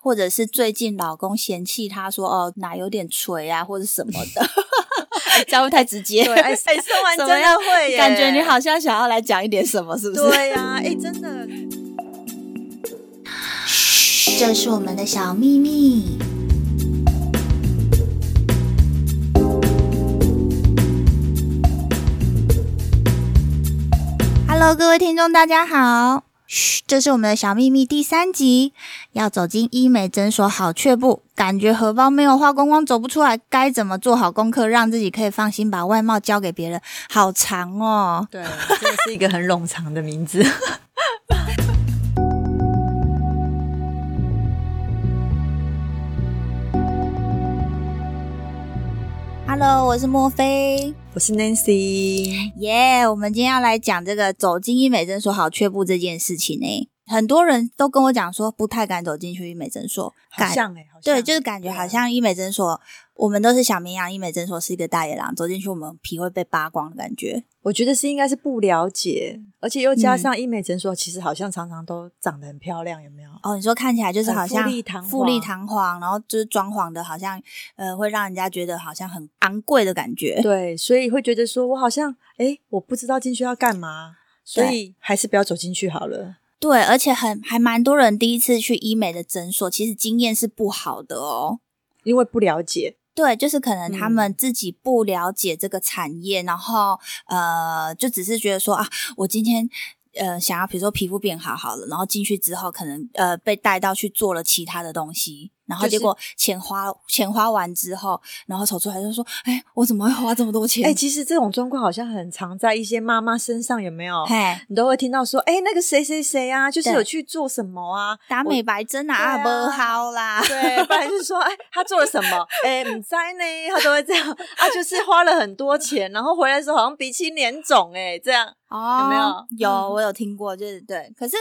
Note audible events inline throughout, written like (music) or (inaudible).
或者是最近老公嫌弃她说哦奶有点垂啊，或者什么 (laughs) 的，这样会不会太直接。对，哎，哎送完怎真么样的会耶， (laughs) 感觉你好像想要来讲一点什么，是不是？对呀、哎，真的。这是我们的小秘密。Hello，各位听众，大家好。嘘，这是我们的小秘密第三集，要走进医美诊所好却步，感觉荷包没有花光光走不出来，该怎么做好功课，让自己可以放心把外貌交给别人？好长哦。 (laughs) 对，真的是一个很冗长的名字。 Hello，我是莫菲。 (laughs) 我是 Nancy，耶我们今天要来讲这个走进医美诊所好却步这件事情呢、欸很多人都跟我讲说不太敢走进去医美诊所，好感像哎、好像对，就是感觉好像医美诊所，我们都是小绵羊，医美诊所是一个大野狼，走进去我们皮会被扒光的感觉。我觉得是应该是不了解，而且又加嗯上医美诊所，其实好像常常都长得很漂亮，有没有？哦，你说看起来就是很好富像丽堂富丽皇堂皇，然后就是装潢的，好像呃会让人家觉得好像很昂贵的感觉。对，所以会觉得说我好像哎，我不知道进去要干嘛，所以还是不要走进去好了。对，而且很还蛮多人第一次去医美的诊所，其实经验是不好的哦。因为不了解，对，就是可能他嗯们自己不了解这个产业，然后呃，就只是觉得说啊，我今天呃想要比如说皮肤变好好了，然后进去之后可能呃被带到去做了其他的东西，然后就是结果钱花钱花完之后，然后走出来就说，哎，我怎么会花这么多钱？哎、其实这种状况好像很常在一些妈妈身上，有没有？嘿，你都会听到说，哎、那个谁谁谁啊，就是对有去做什么啊？打美白针啊，啊对啊不好啦。对，不然就是说，哎、他做了什么？哎、你猜呢？他都会这样，啊，就是花了很多钱，然后回来的时候好像鼻青脸肿，哎，这样。哦， (laughs) 有没有有，嗯我有听过，就是对。可是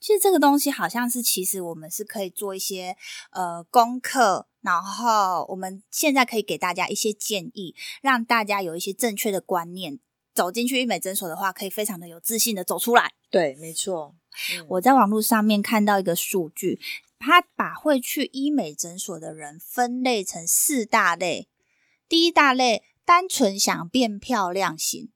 其实这个东西好像是，其实我们是可以做一些呃功课，然后我们现在可以给大家一些建议，让大家有一些正确的观念。走进去医美诊所的话，可以非常的有自信的走出来。对，没错。嗯我在网络上面看到一个数据，他把会去医美诊所的人分类成四大类。第一大类单纯想变漂亮型，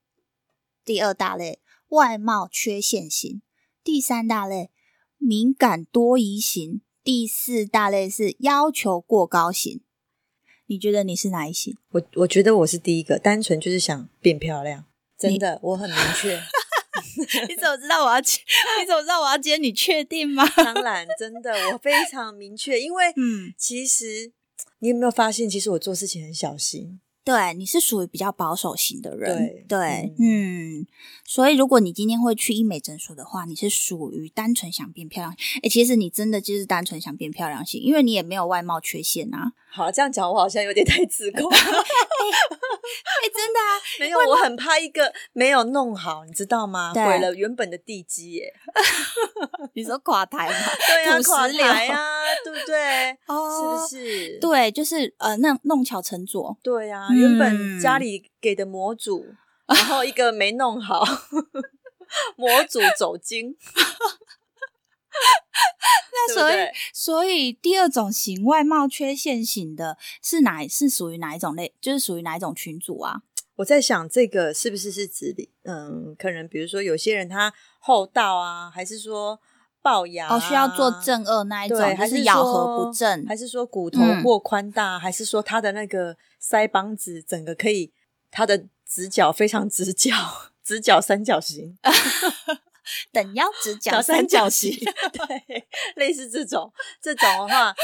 第二大类外貌缺陷型，第三大类敏感多疑型，第四大类是要求过高型。你觉得你是哪一型？ (laughs) 我我觉得我是第一个，单纯就是想变漂亮，真的，我很明确。你怎么知道我要？ (laughs) 你怎么知道我要接？你确定吗？当然，真的，我非常明确，因为嗯，其实你有没有发现，其实我做事情很小心。对，你是属于比较保守型的人对，对，嗯，所以如果你今天会去医美诊所的话，你是属于单纯想变漂亮。哎，其实你真的就是单纯想变漂亮型，因为你也没有外貌缺陷啊。好，这样讲我好像有点太自控。 (laughs) 哎，真的啊，没有，我很怕一个没有弄好，你知道吗？对毁了原本的地基耶。 (laughs) 你说垮台 (laughs) 吗？对啊，土石垮流台啊，对不对？哦，是不是？对，就是呃，那弄巧成拙。对啊，嗯原本家里给的模 (laughs) 组，然后一个没弄好，模组走 (laughs) 精。那所以所以第二种型外貌缺陷型的是哪？是属于哪一种类？就是属于哪一种群组啊？我在想，这个是不是是指里，嗯，可能比如说有些人他厚道啊，还是说龅牙、啊哦，需要做，正二那一种，对就还是是咬合不说正，还是说骨头嗯过宽大，还是说他的那个腮帮子整个可以，他的直角非常直角，直角三角形，等腰 (laughs) 直角角三三角角形形。对，类似这种这种的话，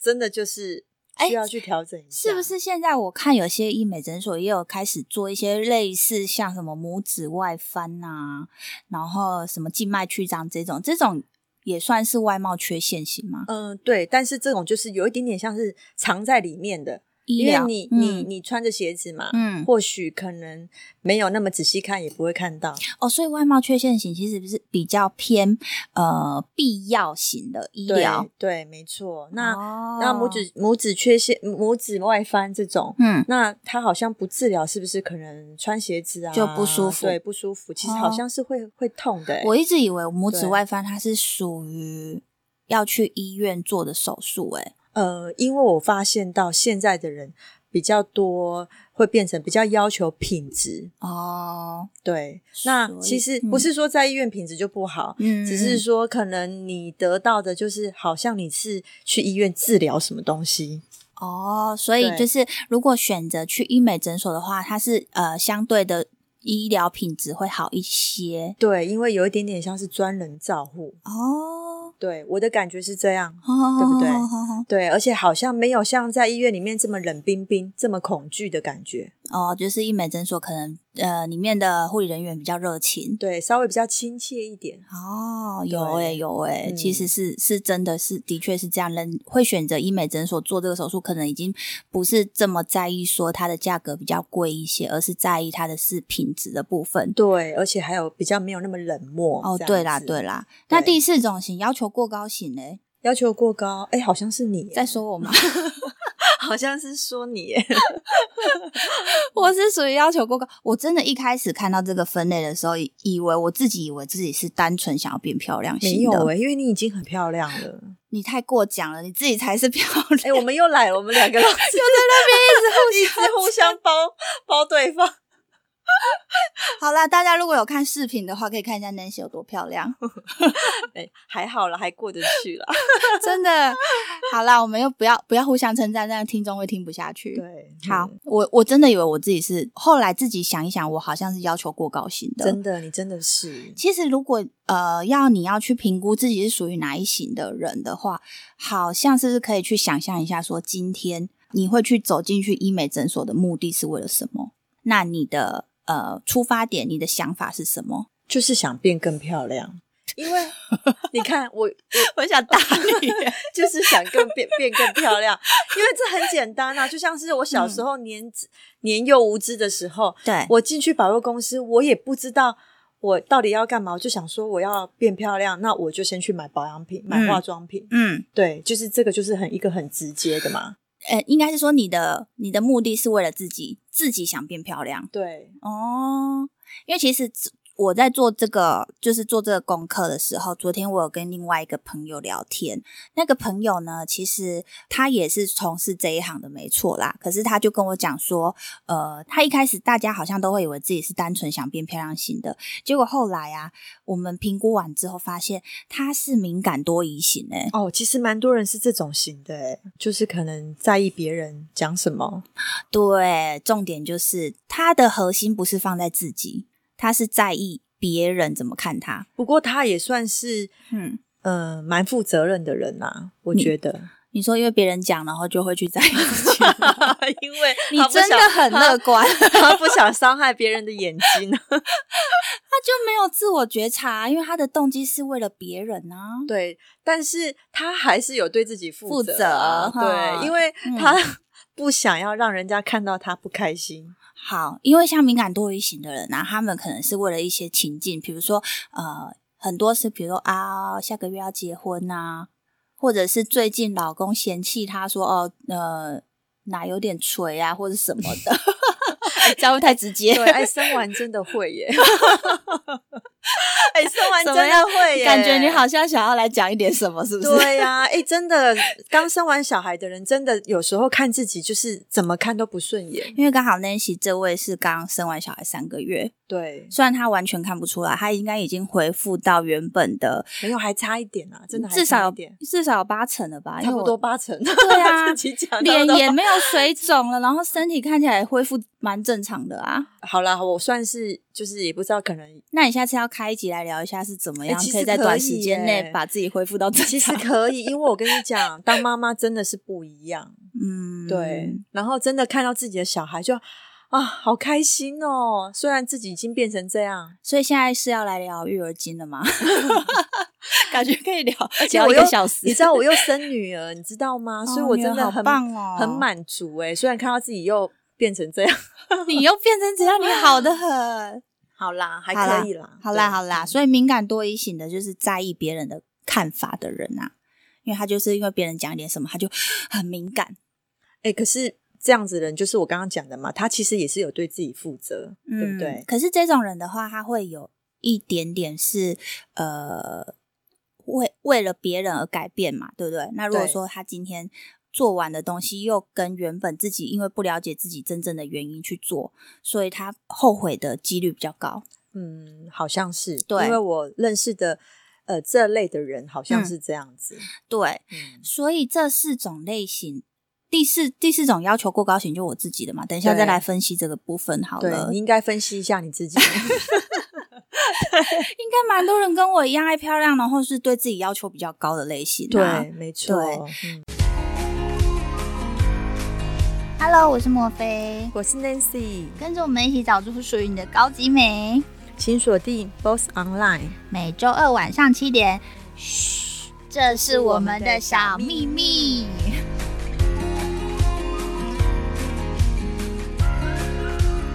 真的就是哎需要去调整一下，是不？是现在我看有些医美诊所也有开始做一些类似像什么拇指外翻呐、然后什么静脉曲张这种，这种也算是外貌缺陷型吗？嗯，对，但是这种就是有一点点像是藏在里面的，医因为疗你、嗯你你穿着鞋子嘛，嗯或许可能没有那么仔细看，也不会看到。哦，所以外貌缺陷型其实是比较偏呃必要型的医对疗。对，没错。那、哦那拇指拇指缺陷、拇指外翻这种，嗯那他好像不治疗，是不是可能穿鞋子啊就不舒服对，不舒服，其实哦好像是会、会痛的欸、我一直以为拇指对外翻它是属于要去医院做的手术、欸，哎，呃，因为我发现到现在的人比较多，会变成比较要求品质。哦，对，那所以其实嗯不是说在医院品质就不好，嗯只是说可能你得到的就是好像你是去医院治疗什么东西。哦，所以对就是如果选择去医美诊所的话，它是呃相对的医疗品质会好一些对，因为有一点点像是专人照护。哦，对，我的感觉是这样。 (laughs) 对不对哦哦对，而且好像没有像在医院里面这么冷冰冰、这么恐惧的感觉。哦，就是医美诊所可能呃里面的护理人员比较热情。对，稍微比较亲切一点。哦，有对诶、有诶、其嗯实是是真的是的确是这样，人会选择医美诊所做这个手术，可能已经不是这么在意说它的价格比较贵一些，而是在意它的是品质的部分。对，而且还有比较没有那么冷漠。哦，这样对啦，子对啦。那对第四种型要求过高型呢？要求过高，哎，好像是你耶，在说我吗？好像 (laughs) 是说你耶， (laughs) 我是属于要求过高。我真的一开始看到这个分类的时候，以以为我自己以为自己是单纯想要变漂亮没型的。有哎，因为你已经很漂亮了。你太过奖了，你自己才是漂哎，亮。 (laughs) 我们又来了，我们两个老师又 (laughs) 在那边一直互一直互相包包对方。好啦，大家如果有看视频的话，可以看一下 Nancy 有多漂亮，哎，还好了，还过得去了。真的。好啦，我们又不要不要互相称赞，这样听众会听不下去。。 (laughs) 对，好嗯，我我真的以为我自己是，后来自己想一想，我好像是要求过高型的。嗯真的，你真的是其实，如果呃要你要去评估自己是属于哪一型的人的话，好像是不是可以去想象一下，说今天你会去走进去医美诊所的目的是为了什么？那你的呃出发点，你的想法是什么？ (laughs) 就是想变更漂亮，因 (laughs) 为你看我我想打你，就是想更变变更漂亮，因为这很简单啊，就像是我小嗯时候年、年幼无知的时候，对，我进去百货公司，我也不知道我到底要干嘛，我就想说我要变漂亮，那我就先去买保养品、买化妆品。嗯，对，就是这个，就是很一个很直接的嘛。呃，应该是说你的你的目的是为了自己，自己想变漂亮。对，哦，因为其实这我在做这个，就是做这个功课的时候，昨天我有跟另外一个朋友聊天，那个朋友呢，其实他也是从事这一行的，没错啦。可是他就跟我讲说，呃，他一开始大家好像都会以为自己是单纯想变漂亮型的，结果后来啊，我们评估完之后发现他是敏感多疑型欸诶、哦，其实蛮多人是这种型的欸，就是可能在意别人讲什么。对，重点就是他的核心不是放在自己，他是在意别人怎么看他。不过他也算是嗯。嗯、呃蛮负责任的人啦、我你 (laughs) 觉得。你说因为别人讲，然后就会去在意自 (laughs) 己，因为你他不真的想很 (laughs) 乐观， (laughs) 他他不想伤害别人的眼睛。就没有自我觉察，啊因为他的动机是为了别人啊。 (laughs) 对，但是他还是有对自己负负责责啊，哈对，因为嗯他 (laughs) 不想要让人家看到他不开心。好，因为像敏感多疑型的人啊，他们可能是为了一些情境，比如说呃，很多是比如说啊，下个月要结婚呐、或者是最近老公嫌弃他说哦，呃，哪有点垂啊，或者什么 (laughs) 的，这样会不会太直接。对，哎，生完真的 (laughs) 会耶，哎，生完怎真么样的会耶，感觉你。好像想要来讲一点什么，是不是？对呀、哎，真的，刚生完小孩的人，真的有时候看自己就是怎么看都不顺眼。因为刚好 Nancy 这位是刚生完小孩三个月，对，虽然她完全看不出来，她应该已经恢复到原本的，没有还差一点啊，真的还至差少一点，至少有八成了吧，因差为不我多八成。对啊 (laughs) 自己讲差不脸多也没有水肿了，然后身体看起来恢复蛮正常的啊。好啦，我算是就是也不知道，可能那你下次要开一集来聊一下是怎么哎样其实可以在短可以时间耶内把自己恢复到正常？其 (laughs) 实可以，因为我跟你讲，当妈妈真的是不一样，嗯，对。然后真的看到自己的小孩就啊，好开心哦！虽然自己已经变成这样，所以现在是要来聊育儿经了吗？ (laughs) 感觉可以聊，而且聊我一个又小时。你知道我又生女儿，你知道吗？所以哦我女真儿的好很、棒哦很满足哎、虽然看到自己又变成这样， (laughs) 你又变成怎样？你好的很。好啦，还好啦可以啦，好啦对好啦，嗯所以敏感多疑型的就是在意别人的看法的人啊，因为他就是因为别人讲一点什么，他就很敏感。哎、可是这样子的人就是我刚刚讲的嘛，他其实也是有对自己负责，对嗯不对？可是这种人的话，他会有一点点是呃为为了别人而改变嘛，对不对？那如果对说他今天做完的东西又跟原本自己因为不了解自己真正的原因去做，所以他后悔的几率比较高。嗯，好像是，对因为我认识的呃这类的人好像嗯是这样子，对，嗯，所以这四种类型，第四第四种要求过高型就我自己的嘛，等一下再对来分析这个部分好对了你。应该分析一下你自己，应该蛮多人跟我一样爱漂亮，然后是对自己要求比较高的类型、啊。 (laughs) 对，没错，嗯，Hello，我是莫菲，我是 Nancy，跟着我们一起找出属于你的高级美。请锁定 Boss Online。每周二晚上七点，嘘，这是我们的小秘密。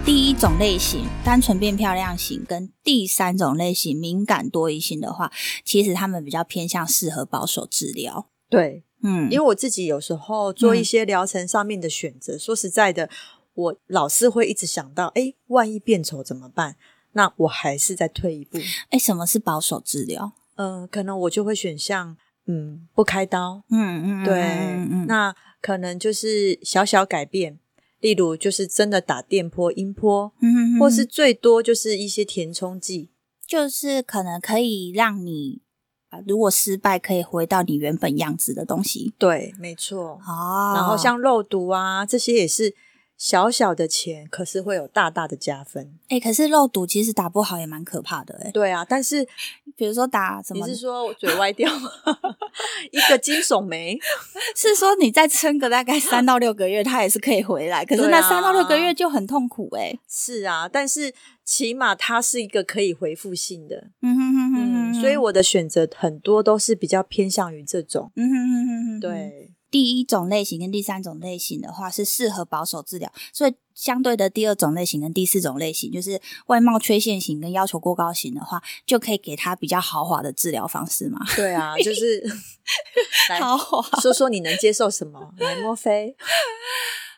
第一种类型，单纯变漂亮型，跟第三种类型，敏感多疑型的话，其实他们比较偏向适合保守治疗。对，嗯，因为为我自己有时候做一嗯些疗程上面的选择，说实在的，我老是会一直想到，哎，万一变丑怎么办？那我还是再退 (laughs) 一步，哎，什么是保守治疗？嗯、可能我就会选项，嗯，不开刀，嗯嗯，对，嗯嗯嗯，那可能就是小小改变，例如就是真的打电波、音波，嗯或是最多就是一些填充剂，就是可能可以让你，啊如果失败，可以回到你原本样子的东西。对，没错。哦，然后像肉毒啊，这些也是小小的钱，可是会有大大的加分。哎、可是肉毒其实打不好也蛮可怕的哎、对啊，但是比如说打什你么，是是说我嘴歪掉吗？ (laughs) 一个惊悚眉，说你再撑个大概三到六个月，它也是可以回来，可是对那啊三到六个月就很痛苦哎、是啊，但是起码它是一个可以回复性的。嗯哼哼哼嗯，哼，所以我的选择很多都是比较偏向于这种。嗯哼哼哼哼，。对，第一种类型跟第三种类型的话是适合保守治疗，所以相对的第二种类型跟第四种类型，就是外貌缺陷型跟要求过高型的话，就可以给他比较豪华的治疗方式嘛。对啊，就是 (laughs) 来豪华说说你能接受什么？来，莫非？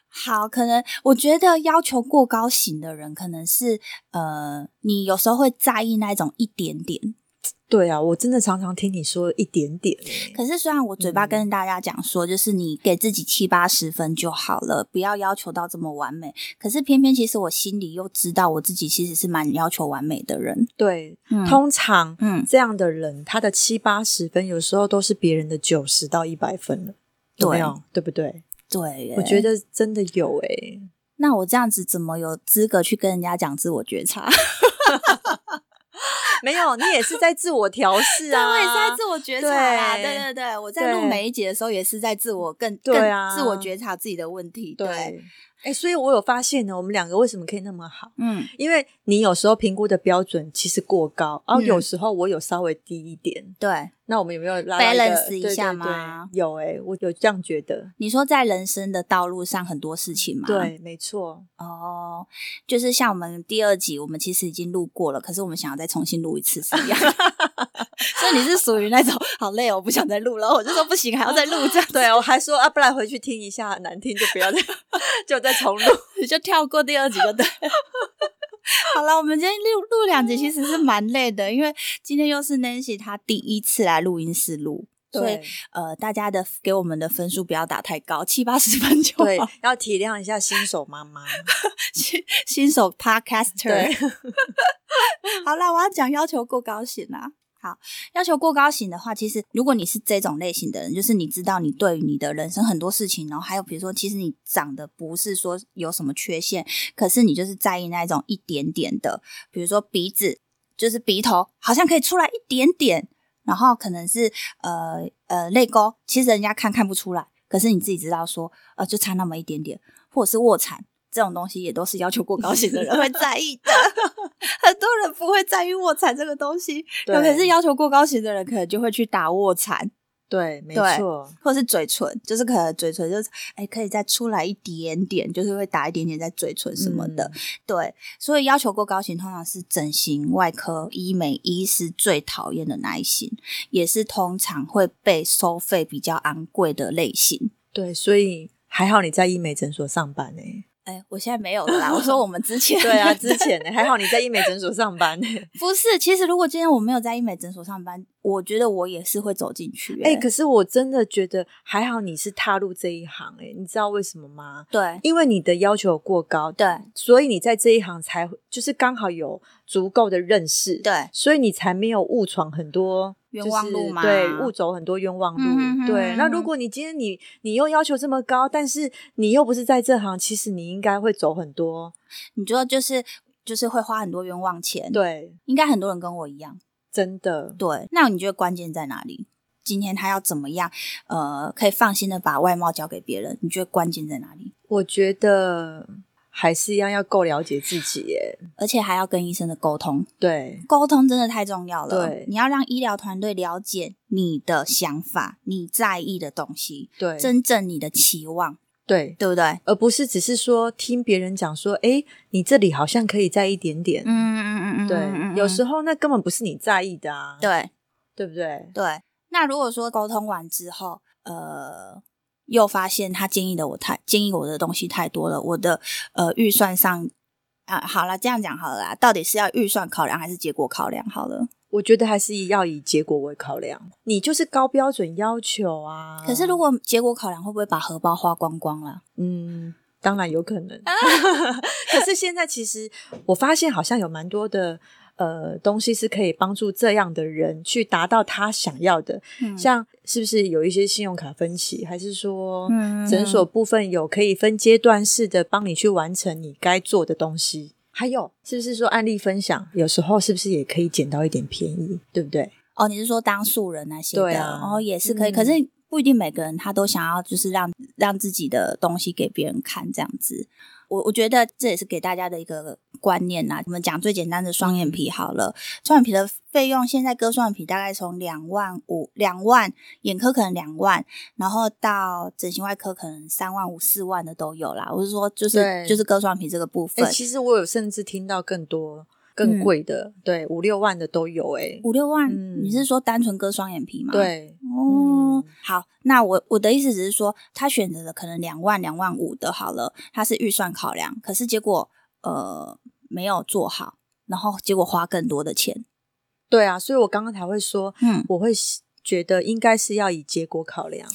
好，可能我觉得要求过高型的人，可能是呃，你有时候会在意那一种一点点。对啊，我真的常常听你说一点点欸、可是虽然我嘴巴嗯跟大家讲说，就是你给自己七八十分就好了，不要要求到这么完美。可是偏偏其实我心里又知道，我自己其实是蛮要求完美的人。对，嗯通常嗯，这样的人，他的七八十分，有时候都是别人的九十到一百分了，有没对有？对不对？对耶，我觉得真的有欸诶、 (laughs) 那我这样子怎么有资格去跟人家讲自我觉察？ (laughs) 没有，你也是在自我调试 (laughs) 啊，我也是在自我觉察啦。对对对对，我在录对每一集的时候也是在自我更对啊更自我觉察自己的问题。对。哎、所以我有发现呢，我们两个为什么可以那么好？嗯，因为你有时候评估的标准其实过高，然后嗯有时候我有稍微低一点。对，那我们有没有拉到一个 Balance 一下对对对吗有哎、我有这样觉得。你说在人生的道路上很多事情嘛，，对，没错，哦，就是像我们第二集，我们其实已经录过了，可是我们想要再重新录一次是一 (laughs) 样的。所以你是属于那种好累哦，我不想再录了，我就说不行，还要再录这样，对我还说啊，不然回去听一下，难听就不要再 (laughs) 就再重录。你就跳过第二集就对。 (laughs) 好了，我们今天录录两集其实是蛮累的，因为今天又是 Nancy 她第一次来录音室录，所以对呃，大家的给我们的分数不要打太高，七八十分就对好。，要体谅一下新手妈妈。新新手 podcaster 对。 (laughs) 好啦，我要讲要求过高型啦。好，要求过高型的话，其实如果你是这种类型的人，就是你知道你对于你的人生很多事情，然后还有比如说，其实你长得不是说有什么缺陷，可是你就是在意那一种一点点的，比如说鼻子，就是鼻头好像可以出来一点点，然后可能是呃呃泪沟，其实人家看看不出来，可是你自己知道说呃就差那么一点点，或者是卧蚕这种东西也都是要求过高型的人会在意的， (laughs) 很多人不会在意卧蚕这个东西，对有可是要求过高型的人可能就会去打卧蚕，对，没对错，或是嘴唇，就是可能嘴唇就是哎可以再出来一点点，就是会打一点点在嘴唇什么的，嗯对，所以要求过高型通常是整形外科、医美医师最讨厌的那一型，也是通常会被收费比较昂贵的类型。对，所以还好你在医美诊所上班呢、欸 (laughs) 哎，我现在没有了啦。我说我们 (laughs) 啊之前对欸啊，之前呢、还好你在医美诊所上班呢、不是，其实如果今天我没有在医美诊所上班，我觉得我也是会走进去、哎、欸。可是我真的觉得还好，你是踏入这一行、哎，你知道为什么吗？对因为你的要求有过高，对所以你在这一行才就是刚好有足够的认识，，对，所以你才没有误闯很多冤枉路嘛嘛，对，误走很多冤枉路。嗯哼哼对，哼那如果你今天你你又要求这么高，但是你又不是在这行，其实你应该会走很多。你知道就是就是会花很多冤枉钱。，对，应该很多人跟我一样。真的，对，那你觉得关键在哪里？今天他要怎么样？呃，可以放心的把外貌交给别人？你觉得关键在哪里？我觉得还是一样要够了解自己耶。而且还要跟医生的沟通，对，沟通真的太重要了。对你要让医疗团队了解你的想法、你在意的东西、对，真正你的期望，对。对不对？而不是只是说听别人讲说，诶，你这里好像可以再一点点，嗯嗯嗯嗯嗯，对，嗯有时嗯候那根本不是你在意的啊，对对不对？对。那如果说沟通完之后，呃，又发现他建议的我太建议我的东西太多了，我的呃预算上啊，好了，这样讲好了啦，到底是要预算考量还是结果考量？好了。我觉得还是以要以结果为考量，你就是高标准要求啊。可是如果结果考量，会不会把荷包花光光了？嗯，当然有可能。可是现在其实我发现好像有蛮多的呃东西是可以帮助这样的人去达到他想要的，嗯像是不是有一些信用卡分期，还是说嗯诊所部分有可以分阶段式的帮你去完成你该做的东西？还有是不是说案例分享，有时候是不是也可以捡到一点便宜，对不对？哦，你是说当素人那些的，对啊然后、也是可以，嗯可是不一定每个人他都想要就是让让自己的东西给别人看这样子。我我觉得这也是给大家的一个观念呐、我们讲最简单的双眼嗯皮好了，双眼皮的费用现在割双眼皮大概从两万五、两万，眼科可能两万，然后到整形外科可能三万五、四万的都有啦。我是说，就是对就是割双眼皮这个部哎、分，其实我有甚至听到更多、更嗯贵的，对，五六万的都有、哎，五六万，嗯你是说单纯割双眼皮吗？。对，哦嗯，好，那我我的意思只是说，他选择了可能两万、两万五的，好了，他是预算考量，可是结果呃没有做好，然后结果花更多的钱，对啊，所以我刚刚才会说，嗯，我会觉得应该是要以结果考量，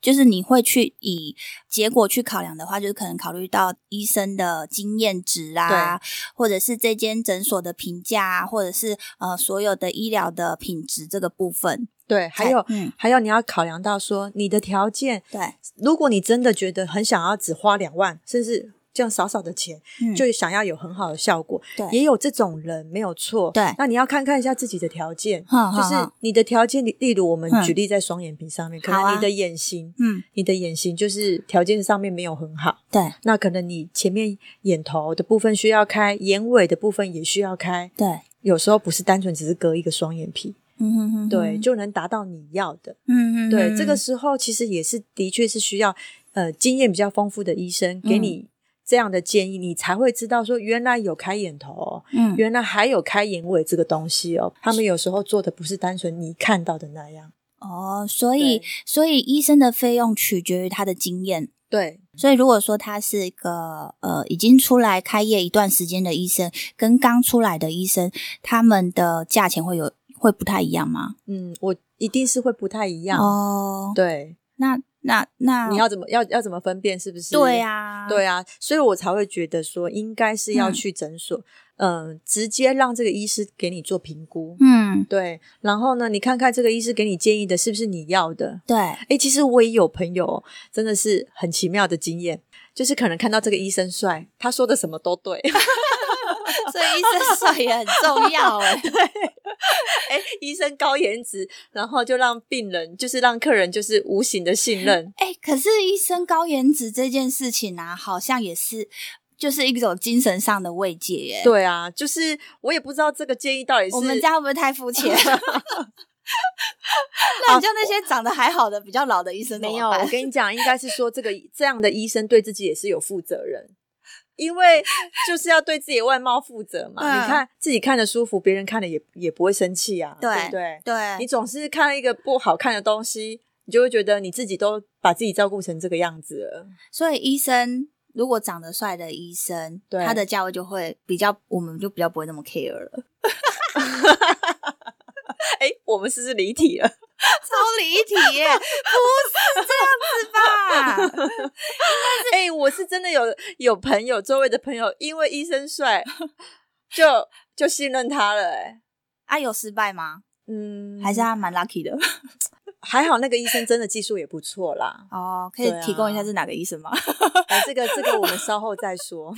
就是你会去以结果去考量的话，就是可能考虑到医生的经验值啊，或者是这间诊所的评价啊，或者是呃所有的医疗的品质这个部分，对，还有。嗯，还有，你要考量到说你的条件，对，如果你真的觉得很想要只花两万，甚至这样少少的钱，嗯就想要有很好的效果，对也有这种人没有错。对那你要看看一下自己的条件， (laughs) 哼就哼是哼你的条件，例例如我们嗯举例在双眼皮上面，可好啊能你的眼型，嗯，你的眼型就是条件上面没有很好，对那可能你前面眼头的部分需要开，眼尾的部分也需要开，对，有时候不是单纯只是隔一个双眼皮，嗯哼哼，对，，就能达到你要的。嗯嗯，对，嗯这个时候其实也是的确是需要呃经验比较丰富的医生给嗯你这样的建议，你才会知道说原来有开眼头哦、嗯原来还有开眼尾这个东西哦。他们有时候做的不是单纯你看到的那样，哦，所对以所以医生的费用取决于他的经验。对所以如果说他是一个呃已经出来开业一段时间的医生，跟刚出来的医生，他们的价钱会有会不太一样吗？嗯，我一定是会不太一样。哦，对，那那那你要怎么要要怎么分辨是不是？对、啊，对啊，所以我才会觉得说应该是要嗯去诊所，嗯、直接让这个医师给你做评估。嗯，对，然后呢，你看看这个医师给你建议的是不是你要的？ (laughs) 对，哎、其实我也有朋友，哦真的是很奇妙的经验，就是可能看到这个医生帅，他说的什么都对。 (laughs) 所以医生帅也很重要欸哎、哎、医生高颜值，然后就让病人，就是让客人，就是无形的信 (laughs) 任。 (laughs) 哎、可是医生高颜值这件事情啊，好像也是就是一种精神上的慰藉耶、对啊，就是我也不知道这个建议到底是我们家会不会太 (laughs) 肤浅？那你就那些长得还好的、比较老的 (laughs) 医生怎没么有。我办？跟你讲，应该是说这个这样的医生对自己也是有负责任。因为就是要对自己的外貌负责嘛，嗯你看自己看的舒服，别人看了也也不会生气啊，对不对？(laughs) 你对，总是看到一个不好看的东西，你就会觉得你自己都把自己照顾成这个样子了。所以医生如果长得帅的医生，对他的 (laughs) 价位就会比较，我们就比较不会那么 care 了。哎，我们是不是离题了？超离题耶，不是这样子吧？ (laughs) 哎、我是真的有有朋友，周围的朋友，因为医生帅，就就信任他了、哎， (laughs) 啊，有失败吗？嗯，还是他蛮 lucky 的。还好，那个医生真的技术也不错啦哦。可以对啊提供一下是哪个医生吗？哎、这个这个我们稍后再说。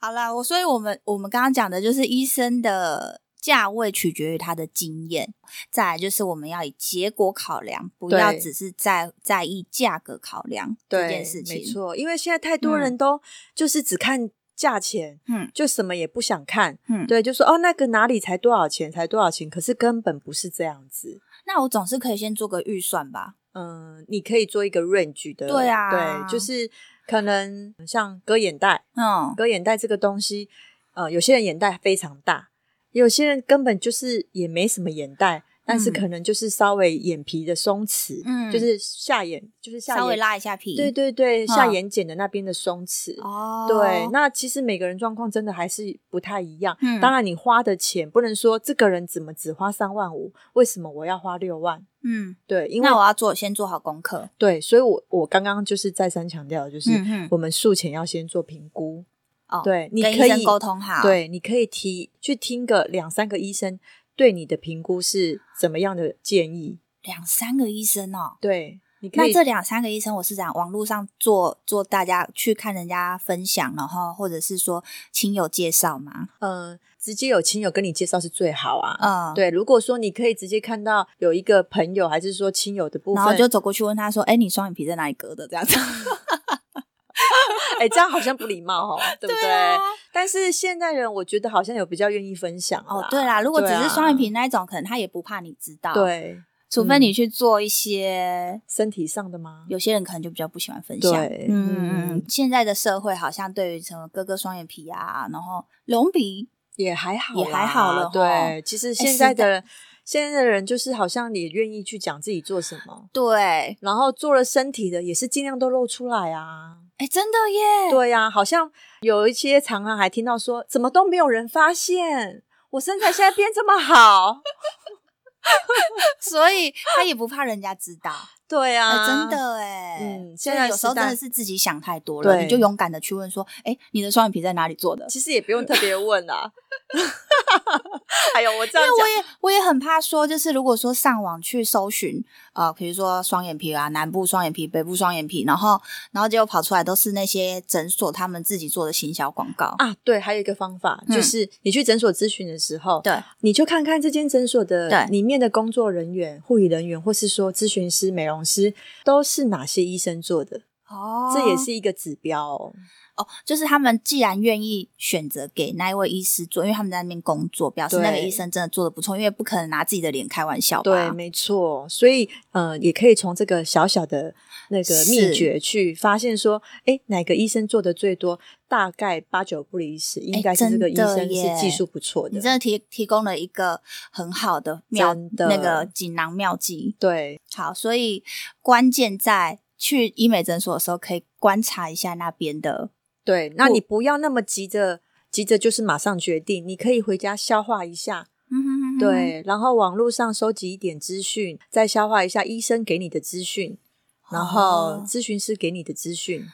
好啦，我所以我们我们刚刚讲的就是医生的价位取决于他的经验，再来就是我们要以结果考量，不对要只是在在意价格考量这件事情。没，错，因为现在太多嗯人都就是只看价钱，嗯就什么也不想看。嗯，对。对，就说哦，那个哪里才多少钱，才多少钱，可是根本不是这样子。那我总是可以先做个预算吧。嗯，你可以做一个 range 的，对啊对，就是可能像割眼袋，嗯，割眼袋这个东西，呃，有些人眼袋非常大，有些人根本就是也没什么眼袋，但是嗯可能就是稍微眼皮的松弛，嗯就是下眼，就是下眼稍微，拉一下皮。对对对，下嗯眼睑的那边的松弛。哦，对，那其实每个人状况真的还是不太一样。嗯当然，你花的钱不能说这个人怎么只花三万五，为什么我要花六万？嗯，对，因为那我要做先做好功课。对，所以我我刚刚就是再三强调，就是嗯嗯我们术前要先做评估，哦，，对，你跟可医生以沟通好。，对，你可以提去听个两三个医生对你的评估是怎么样的建议，两三个医生哦。对，你可那以这两三个医生，我是讲网络上做做大家去看人家分享，然后或者是说亲友介绍嘛。呃直接有亲友跟你介绍是最好啊。嗯，。对，如果说你可以直接看到有一个朋友还是说亲友的部然后分，就走过去问他说：“哎，你双眼皮在哪里割的？”这样子。 (laughs) 哎，这样好像不礼貌哦， (laughs) 对不对？啊但是现代人我觉得好像有比较愿意分享哦，对啊啦，如果只对是啊双眼皮那一种，可能他也不怕你知道。，对嗯除非你去做一些，身体上的吗？有些人可能就比较不喜欢分享。对嗯嗯嗯。现在的社会好像对于什么割割双眼皮啊，然后隆鼻，也还好啦，也还好了吼哎对，其实现在的人，现在的人就是好像也愿意去讲自己做什么，对，然后做了身体的也是尽量都露出来啊。哎，真的耶。 (laughs) 对呀、好像有一些常常还听到说，怎么都没有人发现我身材现在变这么好。所以他也不怕人家知道，对哎、啊，真。的哎、嗯所现以在有时候时代真的是自己想太多了，对你就勇敢的去问说，哎、你的双眼皮在哪里做的？其实也不用特别问啊。 (laughs) 哎呦，我这样因为我讲，也我也很怕说，就是如果说上网去搜寻，呃，比如说双眼皮啊，南部双眼皮、北部双眼皮，然后然后结果跑出来都是那些诊所他们自己做的行销广告，啊，对，还有一个方法、嗯就是你去诊所咨询的时候，对，你就看看这间诊所对的里面的工作人员、护理人员，或是说咨询师、美容师，都是哪些医生做的，哦这也是一个指标哦。哦，就是他们既然愿意选择给那一位医师做，因为他们在那边工作，表示那个对医生真的做的不错，因为不可能拿自己的脸开玩笑吧？对，没错。所以，呃，也可以从这个小小的那个秘是诀去发现说，哎，哪个医生做的最多？大概八九不离十，应该是这个医真生的耶是技术不错你的。真的提提供了一个很好的妙真的那个锦囊妙计。对，好，所以关键在去医美诊所的时候，可以观察一下那边的。对，那你不要那么急着，急着就是马上决定，你可以回家消化一下，嗯，对，然后网络上收集一点资讯，再消化一下医生给你的资讯，然后哦咨询师给你的资讯，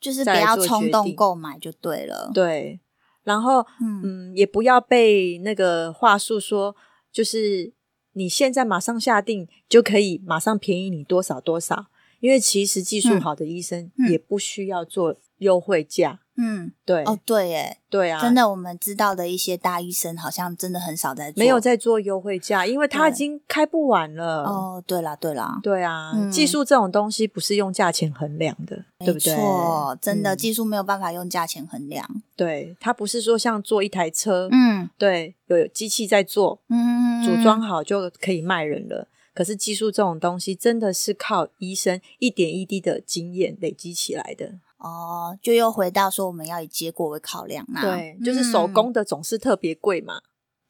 就是不再要做决冲动定购买就对了。，对，然后嗯，嗯，也不要被那个话术说，就是你现在马上下定就可以马上便宜你多少多少，因为其实技术嗯好的医生嗯也不需要做优惠价，嗯，对，哦，对，耶，对啊，真的，我们知道的一些大医生好像真的很少在做，没有在做优惠价，因为他已对经开不完了。哦，对啦，对啦，对啊，嗯技术这种东西不是用价钱衡量的，对不对？没错，真的、嗯技术没有办法用价钱衡量。对，它不是说像做一台车，嗯对，有机器在做，嗯，组装好就可以卖人了。可是技术这种东西，真的是靠医生一点一滴的经验累积起来的。哦，就又回到说我们要以结果为考量啦、对，就是手嗯工的总是特别贵嘛。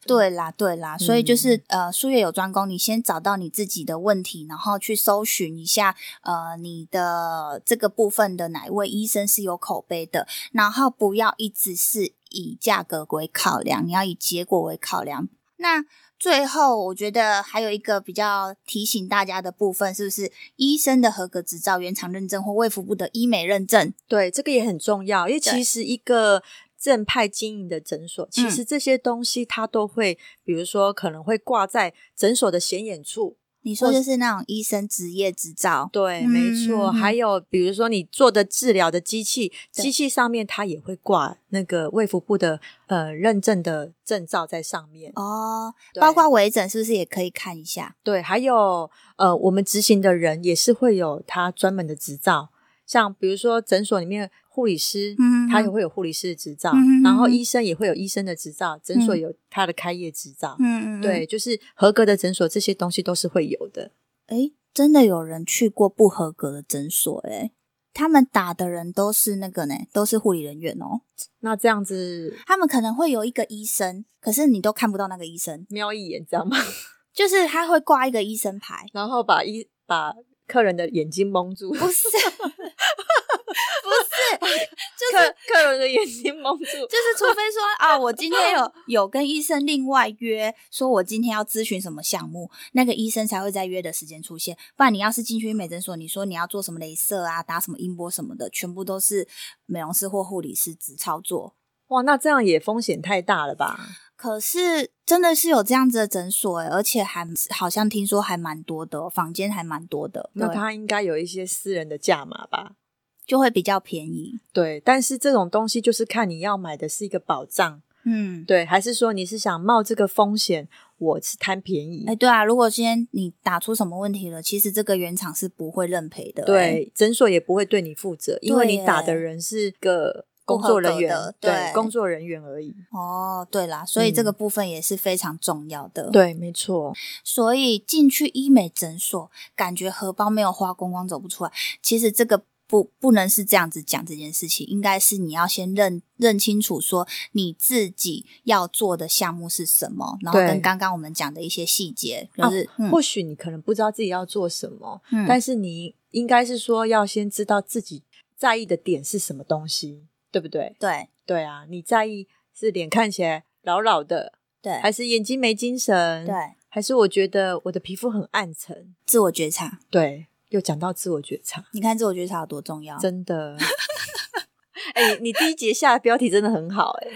对啦，对啦，所以嗯就是、呃，术业有专攻，你先找到你自己的问题，然后去搜寻一下呃你的这个部分的哪一位医生是有口碑的，然后不要一直是以价格为考量，你要以结果为考量。那最后，我觉得还有一个比较提醒大家的部分，是不是医生的合格执照、原厂认证或卫福部的医美认证？对，这个也很重要，因为其实一个正派经营的诊所，其嗯实这些东西它都会，比如说可能会挂在诊所的显眼处。你说就是那种医生职业执照，对，嗯没错。嗯还有比如说你做的治疗的机器，对机器上面它也会挂那个卫福部的呃认证的证照在上面。哦，对包括微整是不是也可以看一下？对，还有呃，我们执行的人也是会有他专门的执照，像比如说诊所里面护理师，嗯他也会有护理师的执照，嗯然后嗯医生也会有医生的执照，诊所嗯有他的开业执照。嗯嗯，嗯对，，就是合格的诊所，这些东西都是会有的。诶，真的有人去过不合格的诊所诶、他们打的人都是那个呢，都是护理人员哦。那这样子他们可能会有一个医生，可是你都看不到那个医生，瞄一眼，这样吗？ (laughs) 就是他会挂一个医生牌，然后把医把客人的眼睛蒙住，不是， (laughs) 客客人的眼睛蒙住。 (laughs) 就是除非说啊，我今天有有跟医生另外约，说我今天要咨询什么项目，那个医生才会在约的时间出现。不然你要是进去医美诊所，你说你要做什么镭射啊，打什么音波什么的，全部都是美容师或护理师只操作。哇，那这样也风险太大了吧？可是真的是有这样子的诊所、欸，而且还好像听说还蛮多的哦、房间还蛮多的，那对他应该有一些私人的价码吧？就会比较便宜。对，但是这种东西就是看你要买的是一个保障，嗯，对，还是说你是想冒这个风险，我是贪便宜哎、？对啊，如果今天你打出什么问题了，其实这个原厂是不会认赔的、欸。对，诊所也不会对你负责，因为对你打的耶人是个不工合作人格员的，对工作人员而已。哦，对啦，所以这嗯个部分也是非常重要的。，对，没错，所以进去医美诊所，感觉荷包没有花光光走不出来，其实这个。不，不能是这样子讲这件事情，应该是你要先认认清楚，说你自己要做的项目是什么，然后对跟刚刚我们讲的一些细节，就啊是、嗯或许你可能不知道自己要做什么，嗯但是你应该是说要先知道自己在意的点是什么东西，对不对？对对啊，你在意是脸看起来老老的，对还是眼睛没精神？对，还是我觉得我的皮肤很暗沉。自我觉察，对，又讲到自我觉察，你看自我觉察有多重要？真的。 (laughs) 哎、你第一节下的标题真的很好哎、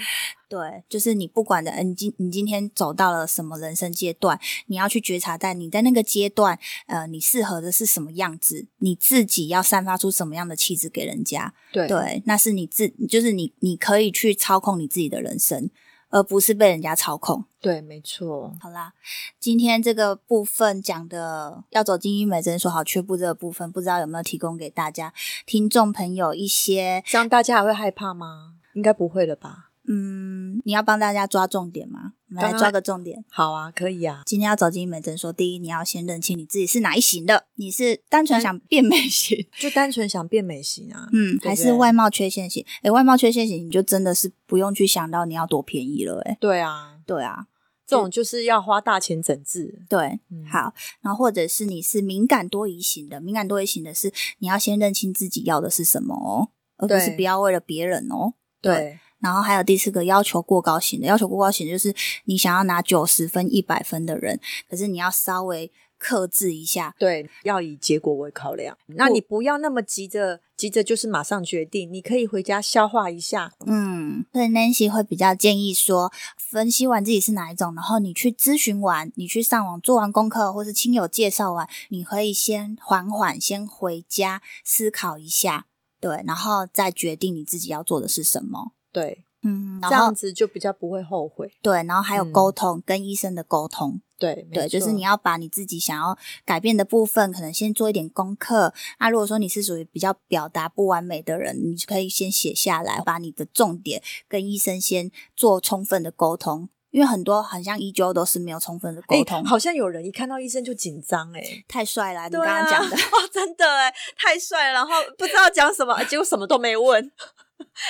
对，就是你不管的，呃你今你今天走到了什么人生阶段，你要去觉察，在你在那个阶段，呃，你适合的是什么样子，你自己要散发出什么样的气质给人家。对对，那是你自，就是你，你可以去操控你自己的人生，而不是被人家操控。对，没错。好啦，今天这个部分讲的要走进医美诊所好却步这个部分，不知道有没有提供给大家听众朋友一些，这样大家还会害怕吗？应该不会了吧？嗯，你要帮大家抓重点吗？我们来当然抓个重点。好啊，可以啊。今天要走进医美诊所，第一你要先认清你自己是哪一型的，你是单哎纯想变美 (laughs) 型，就单纯想变美型啊。嗯，对还对是外貌缺陷型？诶、外貌缺陷型你就真的是不用去想到你要多便宜了、诶，对啊，对啊，这种就是要花大钱整治。对，嗯好，然后或者是你是敏感多疑型的，敏感多疑型的是你要先认清自己要的是什么哦，而不是对不要为了别人哦。对然后还有第四个要求过高型的，要求过高型就是你想要拿九十分、一百分的人，可是你要稍微克制一下，对，要以结果为考量。那你不要那么急着，急着就是马上决定，你可以回家消化一下。嗯，所以 Nancy 会比较建议说，分析完自己是哪一种，然后你去咨询完，你去上网做完功课，或是亲友介绍完，你可以先缓缓，先回家思考一下，对，然后再决定你自己要做的是什么。对，嗯，这然后样子就比较不会后悔。对，然后还有嗯沟通，跟医生的沟通，对，没对，就是错你要把你自己想要改变的部分，可能先做一点功课。那、如果说你是属于比较表达不完美的人，你就可以先写下来，把你的重点跟医生先做充分的沟通，因为很多很像依旧都是没有充分的哎、沟通。好像有人一看到医生就紧张哎。太帅啦！你对刚 (laughs) 啊刚讲的，哦，真的哎，太帅了，然后不知道讲什么，结 (laughs) 果什么都没问。 (laughs)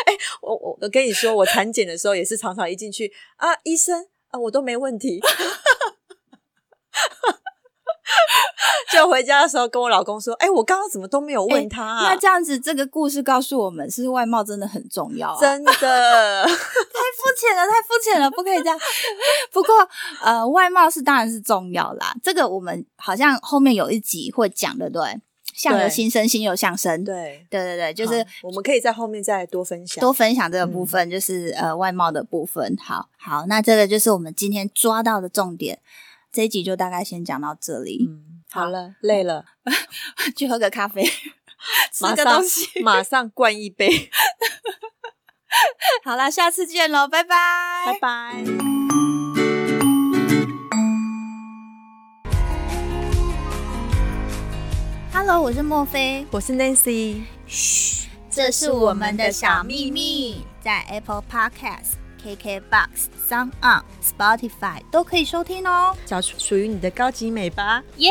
哎、我我我跟你说，我产检的时候也是常常一进去啊，医生啊，我都没问题。 (laughs) 就回家的时候跟我老公说：“哎、我刚刚怎么都没有问他、啊 (laughs) 那这样子，这个故事告诉我们，是外貌真的很重要、啊。 (laughs) 真的， (laughs) 肤浅了，太肤浅了，不可以这样。 (laughs) 不过，呃，外貌是当然是重要啦，这个我们好像后面有一集会讲的，对不对？相由对心生，心由相生。对，对，对对对，就是好嗯我们可以再后面再多分享。多分享这个部分，就是呃外貌的部分。好好，那这个就是我们今天抓到的重点。这一集就大概先讲到这里，嗯，好了，累了， (laughs) 去喝个咖啡，吃嗯马个上东西。马上灌一杯， (laughs) 好啦，下次见喽，拜拜拜拜。 Hello，我是莫菲，我是 Nancy，嘘，这是我们的小秘密，在 Apple Podcast、KKBox、Sound On、Spotify 都可以收听哦，找出属于你的高级美吧。耶、